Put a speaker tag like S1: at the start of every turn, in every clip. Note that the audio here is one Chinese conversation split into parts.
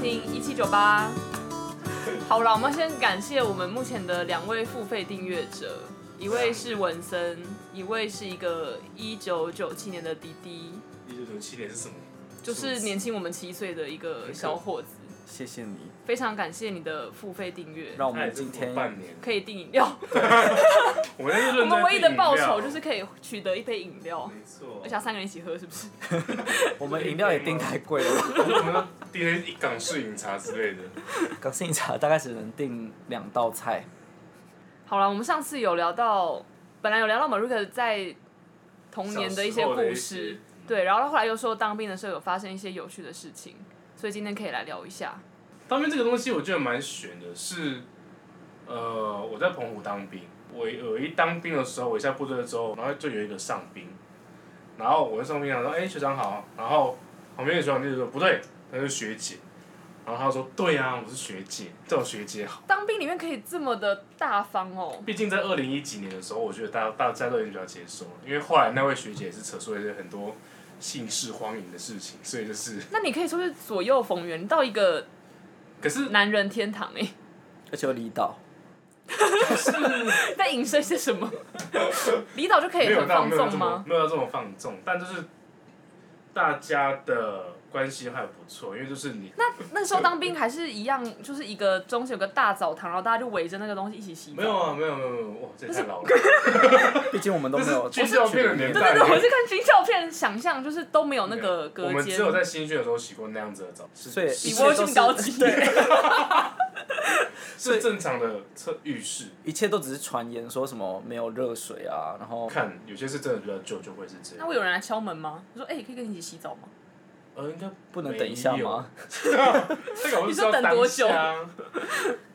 S1: 听一七九八。好了，我们先感谢我们目前的两位付费订阅者，一位是文森，一位是一个一九九七年的滴滴，
S2: 一九九七年是什么？
S1: 就是年轻我们七岁的一个小伙子。
S3: 谢谢你，
S1: 非常感谢你的付费订阅，
S3: 让我
S2: 哎那也
S3: 们
S2: 是
S3: 今
S2: 活
S3: 天
S2: 半年，
S1: 可以订饮 料。
S2: 我们那是认真
S1: 我们唯一的
S2: 订饮
S1: 报
S2: 料
S1: 酬就是可以取得一杯饮料，
S2: 没错，
S1: 而且要三个人一起喝，是不 是？
S3: 我们饮料也订太贵了，
S2: 我们订了一港式饮茶之类的，
S3: 港式饮茶大概只能订两道菜，
S1: 好了，我们上次有聊到，本来有聊到 Maruka 在童年的一些
S2: 小时候的
S1: 故
S2: 一
S1: 事
S2: 些，
S1: 对，然后后来又说当兵的时候有发生一些有趣的事情，所以今天可以来聊一下。
S2: 当兵这个东西我觉得蛮悬的，是，呃，我在澎湖当兵，我我一当兵的时候，我一下部队之后，然后就有一个上兵，然后我跟上兵讲说，哎、学长好，然后旁边的学长就说不对，他是学姐，然后他说对啊，我是学姐，叫我学姐好。
S1: 当兵里面可以这么的大方哦，
S2: 毕竟在二零一几年的时候，我觉得大家大家都已经比较接受了，因为后来那位学姐也是扯出了一些很多姓氏荒淫的事情，所以就是，
S1: 那你可以说是左右逢源，你到一个
S2: 可是
S1: 男人天堂哎、
S3: 而且有离岛，
S1: 欸， 在影射些什么？ 离岛就可以
S2: 没有
S1: 很
S2: 到
S1: 放
S2: 没有到这
S1: 纵
S2: 么
S1: 吗？
S2: 没有到这么放纵，但就是大家的关系还不错，因为就是你
S1: 那那时候当兵还是一样，就是一个中间有个大澡堂，然后大家就围着那个东西一起洗澡。
S2: 没有啊，没有没有没有，哇，这也太老了，
S3: 毕竟我们都没有
S2: 这是军校片的年
S1: 对
S2: 代
S1: 对对，我是看军校片，想象就是都没有那个
S2: 我
S1: 隔
S2: 们
S1: 间
S2: 只，有在新训的时候洗过那样子的澡，是
S3: 所以
S2: 是
S1: 比窝性高级。对，
S2: 是正常的厕浴室，
S3: 一切都只是传言，说什么没有热水啊，然后
S2: 看有些是真的比较久就会是这
S1: 那
S2: 样，
S1: 会有人来敲门吗？就说：“哎、可以跟你一起洗澡吗
S2: 呃，应该
S3: 不能等一下吗？？
S2: 这个我
S1: 你
S2: 是
S1: 说等多久
S2: 当下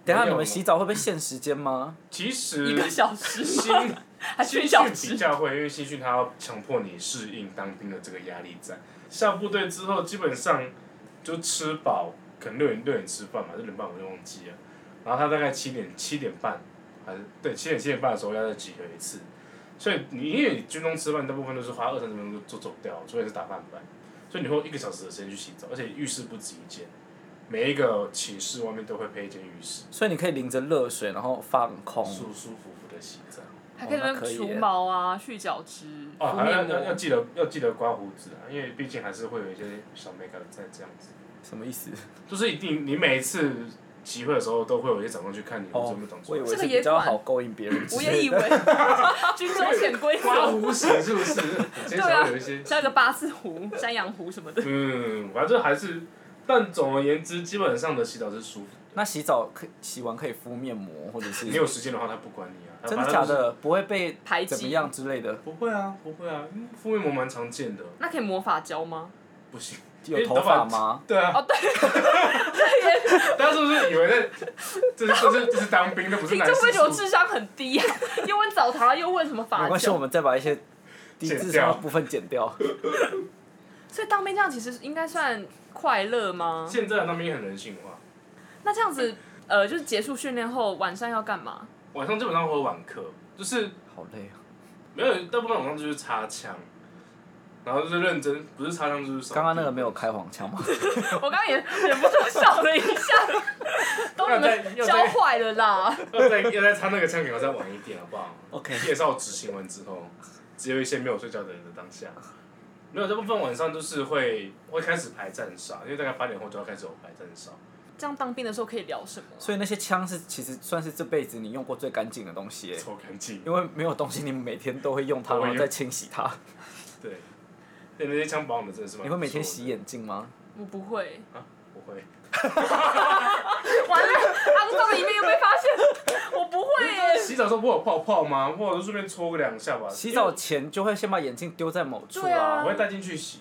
S3: 等一
S2: 没
S3: 下
S2: 有
S3: 你们洗澡会不会限时间吗？
S2: 其？”实
S1: 一个小时
S2: 嗯新
S1: 吗？ 还是一
S2: 新训
S1: 小
S2: 比
S1: 时？
S2: 较会，因为新训他要强迫你适应当兵的这个压力在。下部队之后，基本上就吃饱，可能六点六点吃饭嘛，六点半我就忘记了。然后他大概七点七点半，还是对七点七点半的时候要再集合一次。所以你因为你军中吃饭，大部分都是花二三十分钟就走掉了，所以是打饭班。所以你会有一个小时的时间去洗澡，而且浴室不止一间，每一个寝室外面都会配一间浴室，
S3: 所以你可以淋着热水，然后放空，
S2: 舒舒服服的洗澡。
S1: 还可以在那
S3: 哦那可
S1: 边
S3: 以
S1: 除
S3: 耶
S1: 毛啊、去角质、
S2: 哦，
S1: 敷
S2: 还要
S1: 面
S2: 要要
S1: 膜。
S2: 记得要记得刮胡子啊，因为毕竟还是会有一些小美感在这样子。
S3: 什么意思？
S2: 就是一定，你每一次集会的时候，都会有一些长官去看你，我
S3: 哦
S2: 真不懂。，
S3: 我以为
S1: 这个
S3: 是
S1: 也
S3: 比较
S1: 管
S3: 好勾引别人之
S1: 我
S3: 类的。
S1: 也 以为军中潜规
S2: 刮
S1: 则，
S2: 胡子是不 是？经
S1: 对啊
S2: 常有一些。
S1: 像一个八字胡、山羊胡什么的。
S2: 嗯，反正还是，但总而言之，基本上的洗澡是舒服。
S3: 那洗澡可以洗完可以敷面膜，或者是
S2: 你有时间的话，他不管你啊。
S3: 真的
S2: 反正
S3: 假
S2: 就是？
S3: 的？不会被
S1: 排挤
S3: 怎么样之类的？
S2: 不会啊，不会啊，嗯敷面膜蛮常见的，
S1: 那可以抹发胶吗？
S2: 不行。
S3: 有头发吗？
S2: 对啊，
S1: 哦，对，
S2: 大家是不是以为在这是这是这是当兵，那不是
S1: 听
S2: 男
S1: 众
S2: 生
S1: 会不会
S2: 宿
S1: 觉得我智商很低啊？ 又问澡堂，又问什么
S3: 没
S1: 发
S3: 关系，
S1: 胶
S3: 我？们再把一些低
S2: 剪
S3: 智商
S2: 掉
S3: 的部分剪掉。
S1: 所以当兵这样其实应该算快乐吗？
S2: 现在的当兵很人性化。
S1: 那这样子，呃，就是结束训练后晚上要干嘛？
S2: 晚上基本上会有晚课，就是
S3: 好累啊！
S2: 没有大部分晚上就是擦枪，然后就是认真，不是擦枪就是扫地
S3: 刚刚那个没有。开黄腔 吗？
S1: 我刚刚也忍不住笑了一下，都你们教坏了啦！
S2: 要再要再擦那个枪，给我再晚一点好不好
S3: OK
S2: 介绍执行完之后，只有一些没有睡觉的人的当下，没有大部分晚上就是会会开始排战哨，因为大概八点后就要开始有排战哨。
S1: 这样当兵的时候可以聊什么？
S3: 所以那些枪是其实算是这辈子你用过最干净的东西耶，
S2: 抽干净。
S3: 因为没有东西你每天都会用它，
S2: 我也
S3: 然后再清洗它。
S2: 对，对那些枪保的真的是蛮
S3: 你
S2: 不错的。
S3: 会每天洗眼镜吗？
S1: 我不会，
S2: 啊？不会。
S1: 完了，肮脏的一面又被发现，我不会耶。
S2: 洗澡的时候不会有泡泡吗？不然我就顺便搓个两下吧。
S3: 洗澡前就会先把眼镜丢在某处
S1: 对啊
S2: 我会带进去洗。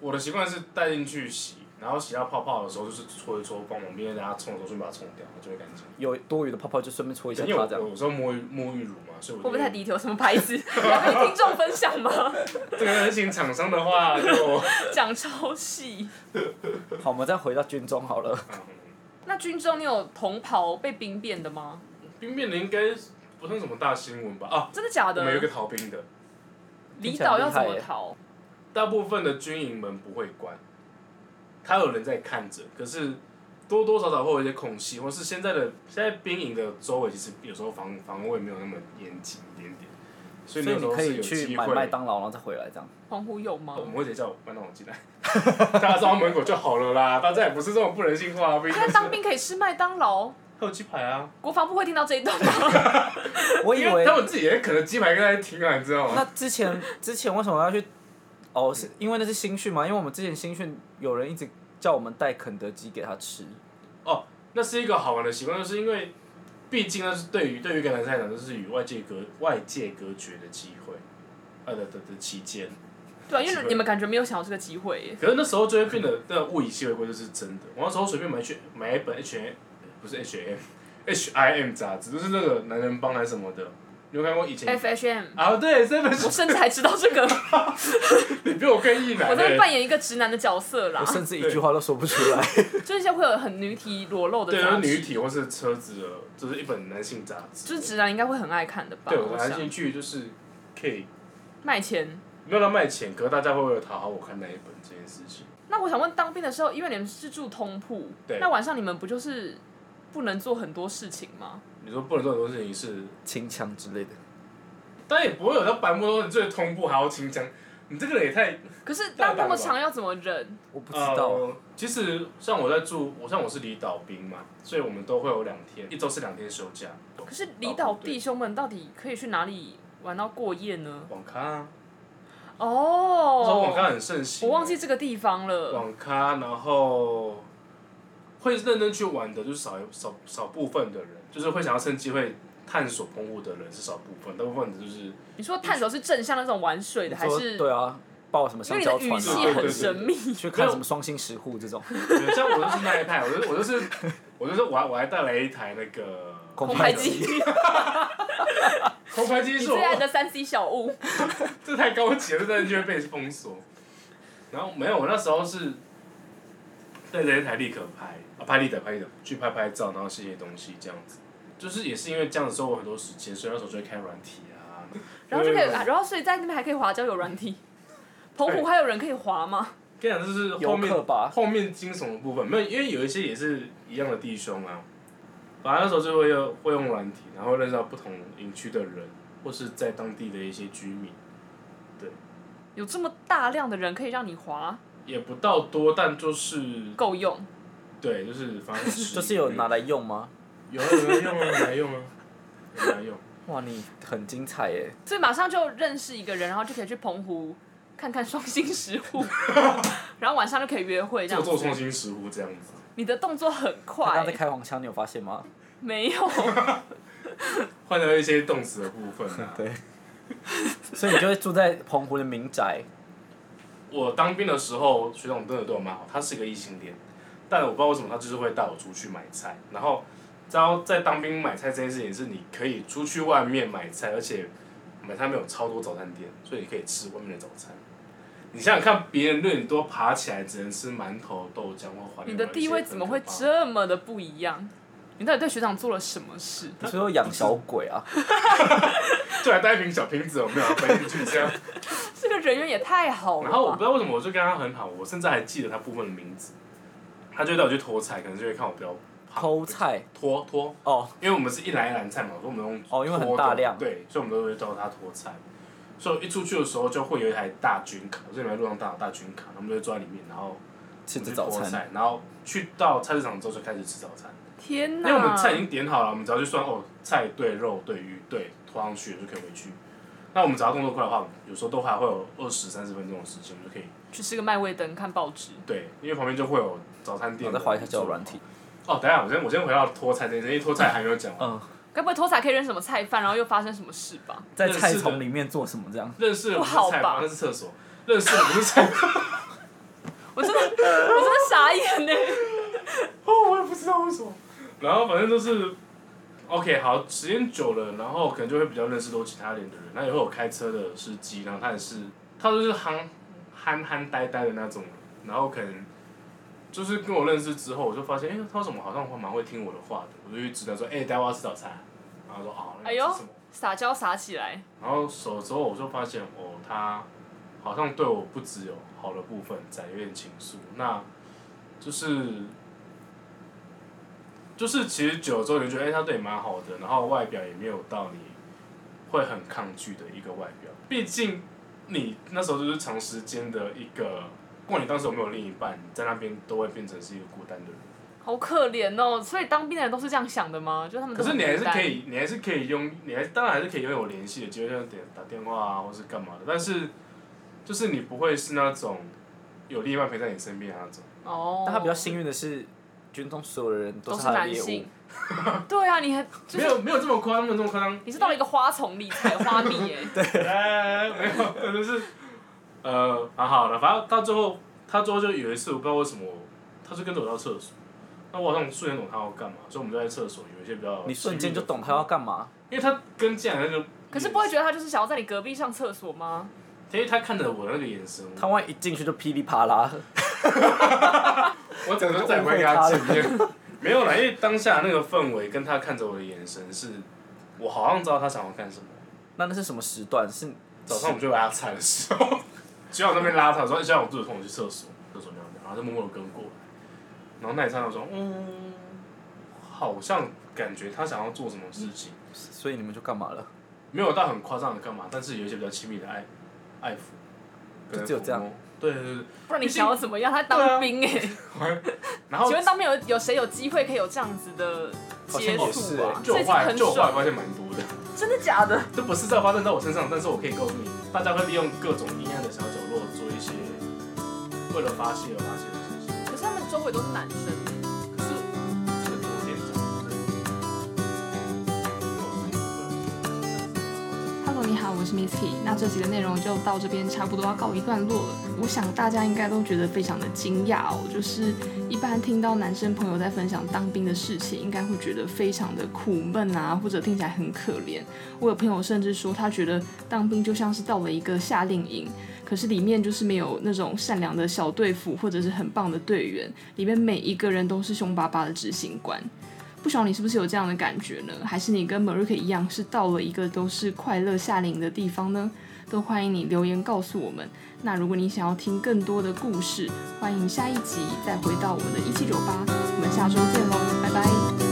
S2: 我的习惯是带进去洗，然后洗到泡泡的时候就是搓一搓，帮我明天等下冲的时候顺便把它冲掉，就会干净。
S3: 有多余的泡泡就顺便搓一下
S2: 因为
S3: 它，这
S2: 我
S3: 样
S2: 有时候沐浴沐浴乳嘛，所以
S1: 会
S2: 我
S1: 不会
S2: 就
S1: 太低调？什么牌子？ 要跟听众分享吗？
S2: 这个人请厂商的话就， 啊
S1: 讲超细。
S3: 好，我们再回到军中好了。
S2: 嗯，
S1: 那军中你有同袍被兵变的吗？
S2: 冰面的应该不算什么大新闻吧？啊，
S1: 真的假
S2: 我
S1: 的
S2: 们？有一个逃兵的，
S1: 离岛要怎
S3: 听起来
S1: 么
S3: 很厉害耶
S1: 逃？
S2: 大部分的军营门不会关，他有人在看着，可是多多少少会有一些空隙，或是现在的现在兵营的周围其实有时候防防卫没有那么严谨一点点，所
S3: 所
S2: 以你
S3: 以
S2: 有时
S3: 你
S2: 候
S3: 可
S2: 是
S3: 以
S2: 有
S3: 去
S2: 机
S3: 买
S2: 会。
S3: 麦当劳，然后再回来这样。
S1: 澎湖有吗
S2: 我？们会直接叫麦当劳进来，大家到门口就好了啦。大家也不是这种不人性化，不一定
S1: 他在
S2: 是
S1: 当兵可以吃麦当劳，
S2: 还有鸡排啊，
S1: 国防部会听到这一段 吗？
S3: 我以
S2: 因为
S3: 为
S2: 他们自己也可能鸡排跟在听啊，你知道
S3: 那
S2: 吗？
S3: 之前之前为什么要去？哦，是因为那是新训嘛？因为我们之前新训有人一直叫我们带肯德基给他吃，
S2: 那是一个好玩的习惯，就是因为毕竟那是对于对于一个男生来讲，就是与外界隔外界隔绝的机会，呃的的的期间。
S1: 对啊，因为你们感觉没有想要这个机会耶。
S2: 可是那时候就会变得，那物以稀为贵，这是真的。我那时候随便买去买一本 H M，不是 H M H I M 杂志，就是那个男人帮还是什么的。你有看过以前？
S1: F H M，
S2: 啊，对，这本书
S1: 我甚至还知道 这个，
S2: 你比我更意男、欸。
S1: 我在扮演一个直男的角色啦
S3: 我，甚至一句话都说不出来。
S1: 就是像会有很女体裸露的
S2: 对，就是
S1: 杂
S2: 女
S1: 志，
S2: 体或是车子的，就是一本男性杂志。
S1: 就是直男应该会很爱看的吧？
S2: 对，我
S1: 想
S2: 拿进去就是可以
S1: 卖钱。
S2: 没有到卖钱，可是大家会为了讨好我看那一本这件事情。
S1: 那我想问，当兵的时候，因为你们是住通铺，
S2: 对
S1: 那晚上你们不就是不能做很多事情吗？
S2: 你说不能做很多事情是，
S3: 清腔之类的，
S2: 但也不会有到白目中你最同步还要清腔，你这个人也太
S1: 可是
S2: 大
S1: 当
S2: 胆
S1: 那么
S2: 吧
S1: 长要怎么忍？
S3: 我不知道。
S2: 呃其实像我在住，我像我是离岛兵嘛，所以我们都会有两天，一周是两天休假。
S1: 可是离岛
S2: 哦
S1: 弟兄们到底可以去哪里玩到过夜呢？
S2: 网咖、啊，那时候网咖
S1: 哦，
S2: 很盛行。
S1: 我忘记这个地方了。
S2: 网咖，然后会认真去玩的，就是少少少部分的人，就是会想要趁机会探索澎湖的人是少部分，大部分 的就是
S1: 你说探索是正向那种玩水的，
S3: 你
S1: 还
S3: 说
S1: 是
S3: 对啊，抱什么
S1: 因为
S3: 香
S1: 你
S3: 蕉
S1: 的
S3: 船
S1: 语气
S3: 啊，
S2: 对对
S1: 很
S2: 对
S1: 神秘，
S3: 去看什么双星石沪这种
S2: 像我就是那一派，我就是我就是我就是我还我还带来一台那个
S1: 空
S3: 空
S1: 拍
S3: 拍
S1: 机，
S2: 空拍机
S1: 你
S2: 是我
S1: 最爱的三 C 小物。
S2: 这太高级了，这真的就会被封锁。然后没有，我那时候是带着一台立可拍啊，拍立得拍立得去拍拍照，然后写写东西这样子。就是也是因为这样子，所以我很多时间，所以那时候就会开软体啊。
S1: 然后就可以，
S2: 对
S1: 然后所以在那边还可以滑交友软体。澎湖还有人可以滑吗？
S2: 跟你讲，就是后
S3: 游
S2: 面
S3: 客吧？
S2: 后面惊悚的部分，没有，因为有一些也是一样的弟兄啊。反正那时候就会用会用软体，然后认识到不同营区的人，或是在当地的一些居民，
S1: 有这么大量的人可以让你滑，
S2: 也不到多，但就是
S1: 够用。
S2: 对，就是反正很实用
S3: 就是有拿来用吗？
S2: 有啊有啊用啊，有来用啊，有来用。
S3: 哇，你很精彩耶！
S1: 所以马上就认识一个人，然后就可以去澎湖看看双星石 户，然后晚上就可以约会这
S2: 做
S1: 样
S2: 做创
S1: 子。
S2: 新食物这样子，
S1: 你的动作很
S3: 他
S1: 快欸
S3: 刚在，开黄腔，你有发现吗？
S1: 没有，
S2: 换掉一些动词的部分啊。
S3: 对， 所以你就会住在澎湖的民宅，
S2: 我当兵的时候，学长真的对我蛮好，他是一个异性恋，但我不知道为什么他就是会带我出去买菜，然后，然后在当兵买菜这件事情是你可以出去外面买菜，而且买菜没有超多早餐店，所以你可以吃外面的早餐。你想想看，别人论你都爬起来只能吃馒头、豆浆或花
S1: 你的地位怎么会？这么的不一样？你到底对学长做了什么事？
S3: 你是说养小 鬼啊？
S2: 就来带一瓶小瓶子，我没有背进去这样。
S1: 这个人缘也太好
S2: 然后我
S1: 了
S2: 不知
S1: 吧！
S2: 道为什么，我就跟他很好，我甚至还记得他部分的名字。他就会带我去偷菜，可能就会看我比较胖
S3: 偷菜
S2: 拖拖，
S3: 哦，
S2: 因为我们是一篮一篮菜嘛，所以我们用
S3: 哦因为很
S2: 拖的
S3: 大量
S2: 对，所以我们都会叫他拖菜。所以我一出去的时候就会有一台大军卡，所以在路上大大军卡，他们就会坐在里面，然后
S3: 吃着
S2: 去
S3: 早
S2: 拖
S3: 餐，
S2: 菜，然后去到菜市场之后就开始吃早餐，
S1: 天
S2: 因
S1: 哪！
S2: 为我们菜已经点好了，我们只要去算哦，菜对肉对鱼对拖上去就可以回去。那我们只要动作快的话，有时候都还会有二十三十分钟的时间，我们就可以
S1: 去吃个麦味登，看报纸。
S2: 对，因为旁边就会有早餐
S3: 然
S2: 店。
S3: 后再滑一下交友软体。。
S2: 哦，等一下，我先我先回到拖菜这件事，因为拖菜还没有讲完。
S3: 嗯，
S1: 该不会偷菜可以认识什么菜贩，然后又发生什么事吧？
S3: 在菜丛里面做什么这样？
S2: 认识的不是
S1: 不好
S2: 菜
S1: 吧
S2: 房，那是厕所。认识的不是菜房，
S1: 我真的， 我真的傻眼欸呢。
S2: 哦，我也不知道为什么。 然后反正就是，OK，好，时间久了，然后可能就会比较认识多其他人的人。那也会有开车的司机，然后他也是，他就是憨憨憨呆呆的那种人。然后可能就是跟我认识之后，我就发现，哎、他怎么好像还蛮会听我的话的？我就去指导说，哎、待会要吃早餐啊。然后他说，哦，那
S1: 哎
S2: 你
S1: 呦
S2: 吃什么？
S1: 撒娇撒起来，
S2: 然后手之后我就发现，哦，他好像对我不只有好的部分在，有点情愫。那就是就是其实久了之后，你就觉得哎、他对你蛮好的，然后外表也没有到你会很抗拒的一个外表。毕竟你那时候就是长时间的一个，不管你当时有没有另一半，你在那边都会变成是一个孤单的人。
S1: 好可怜哦。所以当兵的人都是这样想的吗？就他们
S2: 可
S1: 都
S2: 是
S1: 很
S2: 你还是
S1: 孤单
S2: 可，以，你还是可以用，你还当然还是可以拥有联系的机会，就是点打电话啊，或是干嘛的。但是就是你不会是那种有另一半陪在你身边的那种。
S1: 哦，
S3: 但他比较幸运的是，军中所有的人
S1: 都
S3: 是
S1: 是
S3: 他的
S1: 男
S3: 猎物
S1: 性。。 对啊，你很就
S2: 没
S1: 是
S2: 有没有这么夸张，没有这么夸 张。
S1: 你是到了一个花丛里采花蜜耶。
S2: 哎，没有，真的是，呃，蛮好的。反正到最后，他最后就有一次，我不知道为什么，他就跟着我到厕所。那我好像瞬间懂他要干嘛，所以我们就在厕所有一些比较。
S3: 你瞬间就懂他要，干嘛。
S2: 因为他跟进来那个。
S1: 可是不会觉得他就是想要在你隔壁上厕所吗？
S2: 因为他看着我的那个眼神，
S3: 他万一一进去就噼里啪啦，
S2: 我整个再不会给他见面。 没有啦，因为当下那个氛围跟他看着我的眼神是，我好像知道他想要干什么。
S3: 那那是什么时段？是
S2: 早上我们就拉菜的时候，学长那边拉他说：“哎学长，我肚子痛，我去厕所，厕所尿尿。”然后就默默的跟过来。然后那一刹那我说：“嗯，好像感觉他想要做什么事情，
S3: 所以你们就干嘛了？
S2: 没有到很夸张的干嘛，但是有一些比较亲密的爱爱抚，
S3: 就只有这样
S2: 跟抚摸。对对对，
S1: 不然你想要怎么样？他当兵哎、
S2: 然后
S1: 请问当兵有有谁有机会可以有这样子的接
S3: 好像也是
S1: 触啊
S3: 欸？
S1: 这
S2: 就我
S1: 就
S2: 后来
S1: 很
S2: 就我后来
S1: 爽，
S2: 发现蛮多的，
S1: 真的假的？
S2: 这不是在发生在我身上，但是我可以告诉你，大家会利用各种阴暗的小角落做一些为了发泄而发泄的事情。
S1: 可是他们周围都是男生欸、
S2: 可是这个昨天讲的
S4: Hello，你好，我是 Miss T。那这集的内容就到这边差不多要告一段落了。我想大家应该都觉得非常的惊讶哦，就是一般听到男生朋友在分享当兵的事情，应该会觉得非常的苦闷啊，或者听起来很可怜。我有朋友甚至说，他觉得当兵就像是到了一个夏令营，可是里面就是没有那种善良的小队服或者是很棒的队员，里面每一个人都是凶巴巴的执行官。不晓得你是不是有这样的感觉呢？还是你跟 Marika 一样，是到了一个都是快乐夏令营的地方呢？都欢迎你留言告诉我们。那如果你想要听更多的故事，欢迎下一集再回到我们的一七九八。我们下周见喽，拜拜。